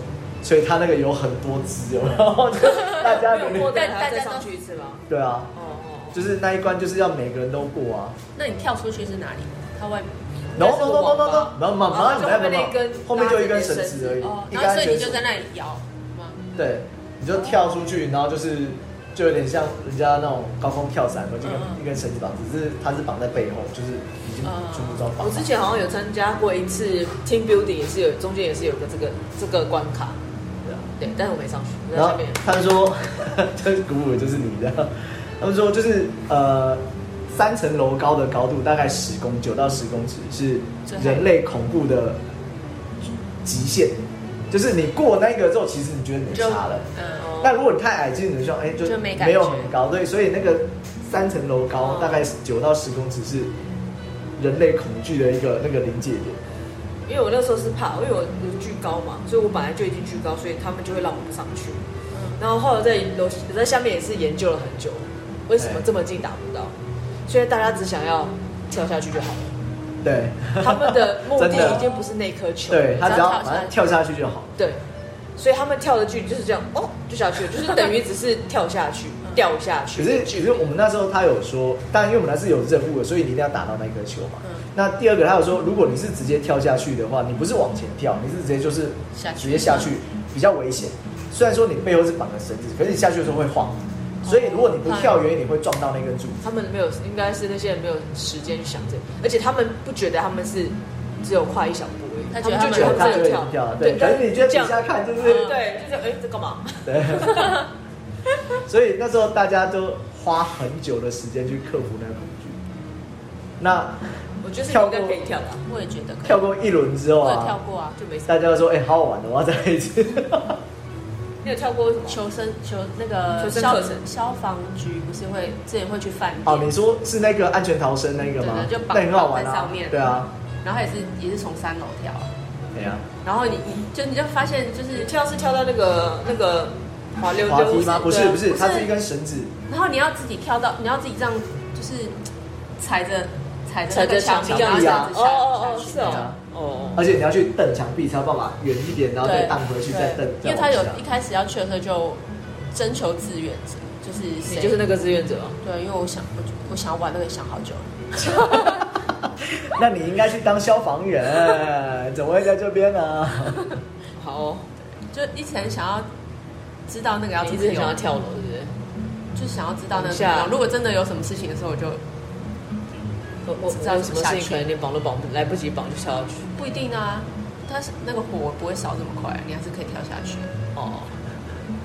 S2: 所以他那个有很多只哦，然后就大家轮
S1: 没有过
S2: 流。
S1: 的还要再上去一次吗？
S2: 对啊，
S1: 哦哦，
S2: 就是那一关就是要每个人都过啊。
S3: 那你跳出去是哪里？它外面。
S2: 然后
S3: 那是
S2: 然
S3: 个
S2: 后
S3: 网
S2: 然后
S3: 吧
S2: 然后慢慢慢慢慢，后面就一根绳子而已
S3: 哦，，
S2: 一
S3: 然后
S2: 根
S3: 所以
S2: 绳
S3: 你就在
S2: 子。
S3: 那里摇吗？
S2: 对，你就跳出去，然后就是就有点像人家那种高空跳伞，我就
S3: 嗯嗯
S2: 一根绳子绑，只是它是绑在背后，就是已经全部都
S1: 呃
S2: 绑
S1: 我
S2: 好。
S1: 哦之前好像有参加过一次 team building，也是有中间也是有个这个这个关卡，
S2: 对啊
S1: 对，但是我没上去，我在
S2: 然后
S1: 下面。
S2: 他们说， 就是鼓舞的就是你的。他们说就是呃，三层楼高的高度，大概十公九到十公尺是人类恐怖的极限，就是你过那个之后，其实你觉得你差了。
S3: 嗯，
S1: 哦
S2: 那如果你太矮，其实你就像哎、就
S3: 就没感
S2: 没有
S3: 觉
S2: 很高，对，所以那个三层楼高
S3: 哦，
S2: 大概九到十公尺是人类恐惧的一个那个临界点。
S1: 因为我那时候是怕，因为我有巨高嘛，所以我本来就已经巨高，所以他们就会让我不上去。
S3: 嗯
S1: 然后后来在楼在下面也是研究了很久，为什么
S2: 哎
S1: 这么近打不到？所以大家只想要跳下去就好了。
S2: 对，
S1: 他们的目
S2: 真的
S1: 的已经不是那颗球，
S2: 对他只要
S3: 只要跳下
S2: 把它跳下去就好。
S1: 对，所以他们跳的距离就是这样，哦，就下去了，就是等于只是跳下去，掉下去。
S2: 嗯可是，可是我们那时候他有说，当然因为我们那是有任务的，所以你一定要打到那颗球嘛。那第二个他有说，如果你是直接跳下去的话，你不是往前跳，你是直接就是
S3: 下去
S2: 直接下去，比较危险。虽然说你背后是绑个绳子，可是你下去的时候会晃，所以如果你不跳远，你会撞到那根柱。
S1: 他们没有，应该是那些人没有时间去想这个，而且他们不觉得他们是只有跨一小步而已，
S3: 他
S1: 他
S3: 觉得
S1: 们就觉
S3: 他
S1: 得他们自
S2: 他就
S3: 们
S2: 已
S1: 己
S2: 经
S1: 跳，
S2: 跳了，对。可是你觉得底
S1: 这样
S2: 下看就是
S3: 嗯
S1: 对，就是哎，这干嘛？
S2: 对，所以那时候大家都花很久的时间去克服那个恐惧。那
S1: 我觉得是应该可以跳的啊，
S3: 我也觉得可以。
S2: 跳过一轮之后
S3: 我有跳
S2: 啊，
S3: 过啊，
S1: 就没事。
S2: 大家都说：“哎、好好玩的，我要再一次。
S1: 你有跳过什么？
S3: 求生求那个
S1: 求生
S3: 消
S1: 课程
S3: 消防局不是会之前会去饭”
S2: 哦，你
S3: 店，
S2: 说是那个安全逃生那个吗？
S3: 对对就绑
S2: 那很好玩
S3: 绑在
S2: 啊
S3: 上面。
S2: 对啊，
S3: 然后也是也是从三楼跳啊，
S2: 哎呀、
S3: 然后你你就你就发现就是
S1: 你，跳是跳到那个那个滑溜溜
S2: 滑梯吗？不是
S1: 对啊
S2: 不是，
S3: 不是
S2: 它是一根绳子，
S3: 然后你要自己跳到，你要自己这样就是踩着踩着
S1: 踩
S3: 那
S1: 着
S3: 个
S1: 墙壁
S3: 墙壁，然后这样
S1: 啊
S3: 子！
S1: 哦哦哦，
S3: 下下去
S1: 是
S2: 对啊
S1: 哦，哦哦，
S2: 而且你要去蹬墙壁，才有办法远一点，然后再
S3: 对
S2: 荡回去，
S1: 对
S2: 再蹬。
S3: 因
S2: 再
S3: 为他
S2: 往
S3: 有
S2: 下
S3: 一开始要去的时候就征求志愿者，就是谁
S1: 你就是那个志愿者啊，
S3: 对，因为我想我就我想要玩那个想好久了，
S2: 那你应该去当消防员， 怎么会在这边呢？
S1: 好哦，
S3: 就一直很想要知道那个要
S1: 你
S3: 怎
S1: 一直很
S3: 么用，
S1: 想要跳楼，对不对？
S3: 就想要知道那个
S1: 等一
S3: 怎
S1: 下
S3: 么用。如果真的有什么事情的时候，我就
S1: 我我
S3: 知
S1: 我
S3: 道
S1: 有什
S3: 怎么
S1: 么
S3: 下
S1: 事情
S3: 去
S1: 可能连绑都绑不来不及绑就跳下去，
S3: 不一定啊。但是那个火不会烧这么快，你还是可以跳下去。
S1: 哦，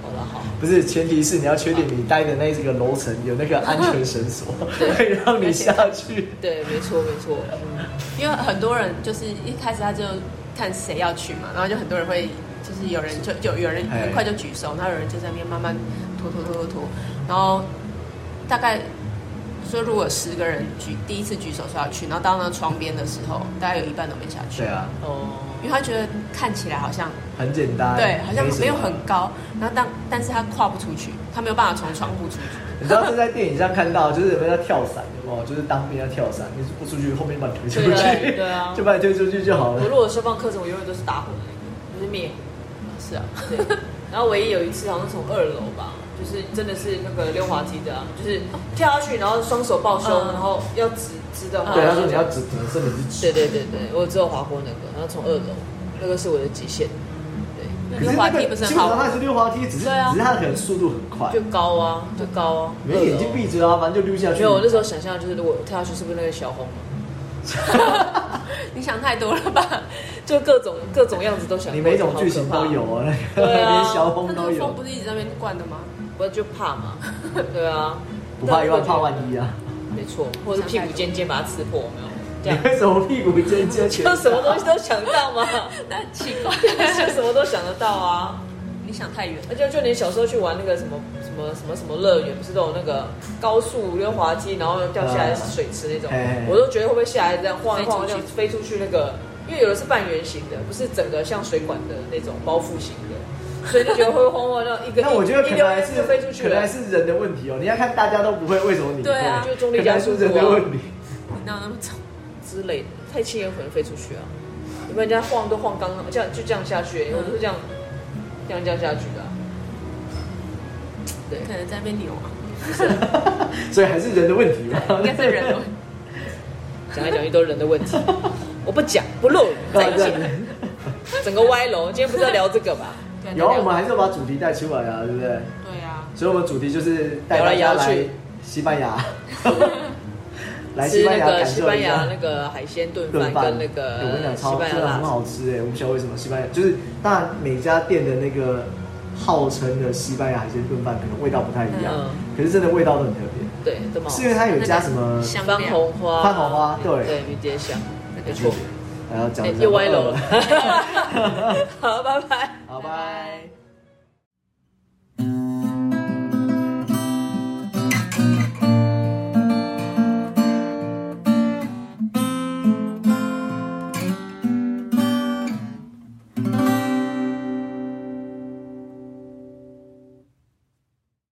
S1: 好了好。
S2: 不是，前提是你要确定你待的那这个楼层有那个安全绳索， 可以让你下去。
S1: 对，没错没错，嗯
S3: 因为很多人就是一开始他就看谁要去嘛，然后就很多人会就是有人就就有人
S2: 哎
S3: 很快就举手，然后有人就在那边慢慢拖拖拖拖拖，然后大概说如果十个人举第一次举手说要去，然后到那窗边的时候，大概有一半都没下去
S2: 对，啊，
S1: 哦，
S3: 因为他觉得看起来好像
S2: 很简单。
S3: 对，好像
S2: 什
S3: 没有
S2: 么
S3: 很高，然后但但是他跨不出去，他没有办法从窗户出去，
S2: 你知道是在电影上看到，就是人家跳伞，有没有？就是当兵要跳伞，你不出去，后面把你推出
S1: 对
S2: 去，
S1: 对啊
S2: 就把你推出去就好
S1: 我
S2: 了。
S1: 如果消防课程，我永远都是打火的那个，就是灭火。
S3: 是啊，
S1: 对，然后唯一有一次好像从二楼吧，就是真的是那个溜滑梯的、啊，就是跳下去，然后双手抱胸，
S3: 嗯
S1: 然后要直直的滑。
S2: 对，他说你要直，只能是你是直。
S1: 对对对对，我只有滑过那个，然后从二楼，那个是我的极限。对，
S3: 那
S2: 可
S3: 溜
S2: 是
S3: 滑
S2: 那个基
S3: 梯
S2: 本
S3: 不是
S2: 上
S3: 很好玩
S2: 它也是溜滑梯，只是
S1: 对啊
S2: 只是它可能速度很快
S1: 就，高啊，就高啊。
S2: 你们眼睛闭着啊，反正就溜下去。
S1: 没有，我那时候想象就是，如果我跳下去，是不是那个小红？
S3: 你想太多了吧？
S1: 就各种各种样子都想过。
S2: 你每种
S1: 好可
S2: 剧情
S1: 怕
S2: 都有。啊， 那个
S1: 对啊
S2: 连小
S3: 他
S2: 风
S3: 那
S2: 都
S3: 个
S2: 有
S3: 风。不是一直在那边灌的吗？
S1: 我就怕嘛，对啊，
S2: 不怕一万，怕万一啊！
S1: 没错，或者是屁股尖尖把它刺破，有没有？这样
S2: 你为什么屁股尖尖？
S1: 就什么东西都想到 嘛，
S3: 那很奇怪，
S1: 就什么都想得到啊。
S3: 你想太远。
S1: 而且就你小时候去玩那个什么什么什么什么乐园，不是都有那个高速溜滑梯，然后掉下来是水池那种
S2: 啊嘿嘿，
S1: 我都觉得会不会下来这样晃一晃，
S3: 飞出去
S1: 这样飞出去那个，因为有的是半圆形的，不是整个像水管的那种包覆型的，所以就觉得会晃晃这样一个，
S2: 那我觉得
S1: 一
S2: 可
S1: 溜
S2: 能还
S1: 就是飞出去
S2: 可能
S1: 了
S2: 还。是人的问题哦。你要看大家都不会，为什么你会？
S3: 对啊
S1: 就重力
S2: 可能
S1: 加
S2: 还
S1: 速
S2: 是
S1: 度啊
S2: 人的问题。
S3: 你哪有那么重？
S1: 之类的，太轻也有可能飞出去啊。有没有人家晃都晃刚刚，这样就这样下去、
S3: 嗯
S1: 我都是这样这样这样下去的啊、对，
S3: 可能在那边扭啊，
S2: 所以还是人的问题嘛。
S3: 应该是人的问题。
S1: 讲来讲去都是人的问题。我不讲不露脸，再
S2: 哦对
S1: 见，整个歪楼。今天不是在聊这个吧？
S3: 对啊
S2: 然后我们还是要把主题带出来啊，对不对？
S3: 对啊，
S2: 所以我们主题就是带
S1: 摇
S2: 大
S1: 来
S2: 家
S1: 摇
S2: 来
S1: 去
S2: 西班 牙， 来
S1: 吃
S2: 西班
S1: 那
S2: 牙
S1: 个
S2: 感
S1: 西
S2: 受
S1: 班
S2: 一
S1: 牙
S2: 下
S1: 那个海鲜炖
S2: 炖
S1: 饭
S2: 饭
S1: 跟那
S2: 哎我跟你
S1: 个
S2: 讲，
S1: 西
S2: 超
S1: 班牙
S2: 真的很
S1: 辣。
S2: 好吃哎，我不晓得为什么西班牙就是，当然每家店的那个号称的西班牙海鲜炖饭可能味道不太一样
S1: 嗯，
S2: 可是真的味道都很特
S1: 对，这么好
S2: 别，是因为
S1: 吃。
S2: 它有加什么？
S3: 香
S1: 番
S3: 料
S1: 红花，
S2: 番红花对
S1: 对，迷迭香，没
S2: 去
S1: 错，
S2: 然后讲
S1: 哎
S2: 得
S1: 又歪楼了
S2: 饿
S1: 好，拜拜。
S2: 好，拜拜。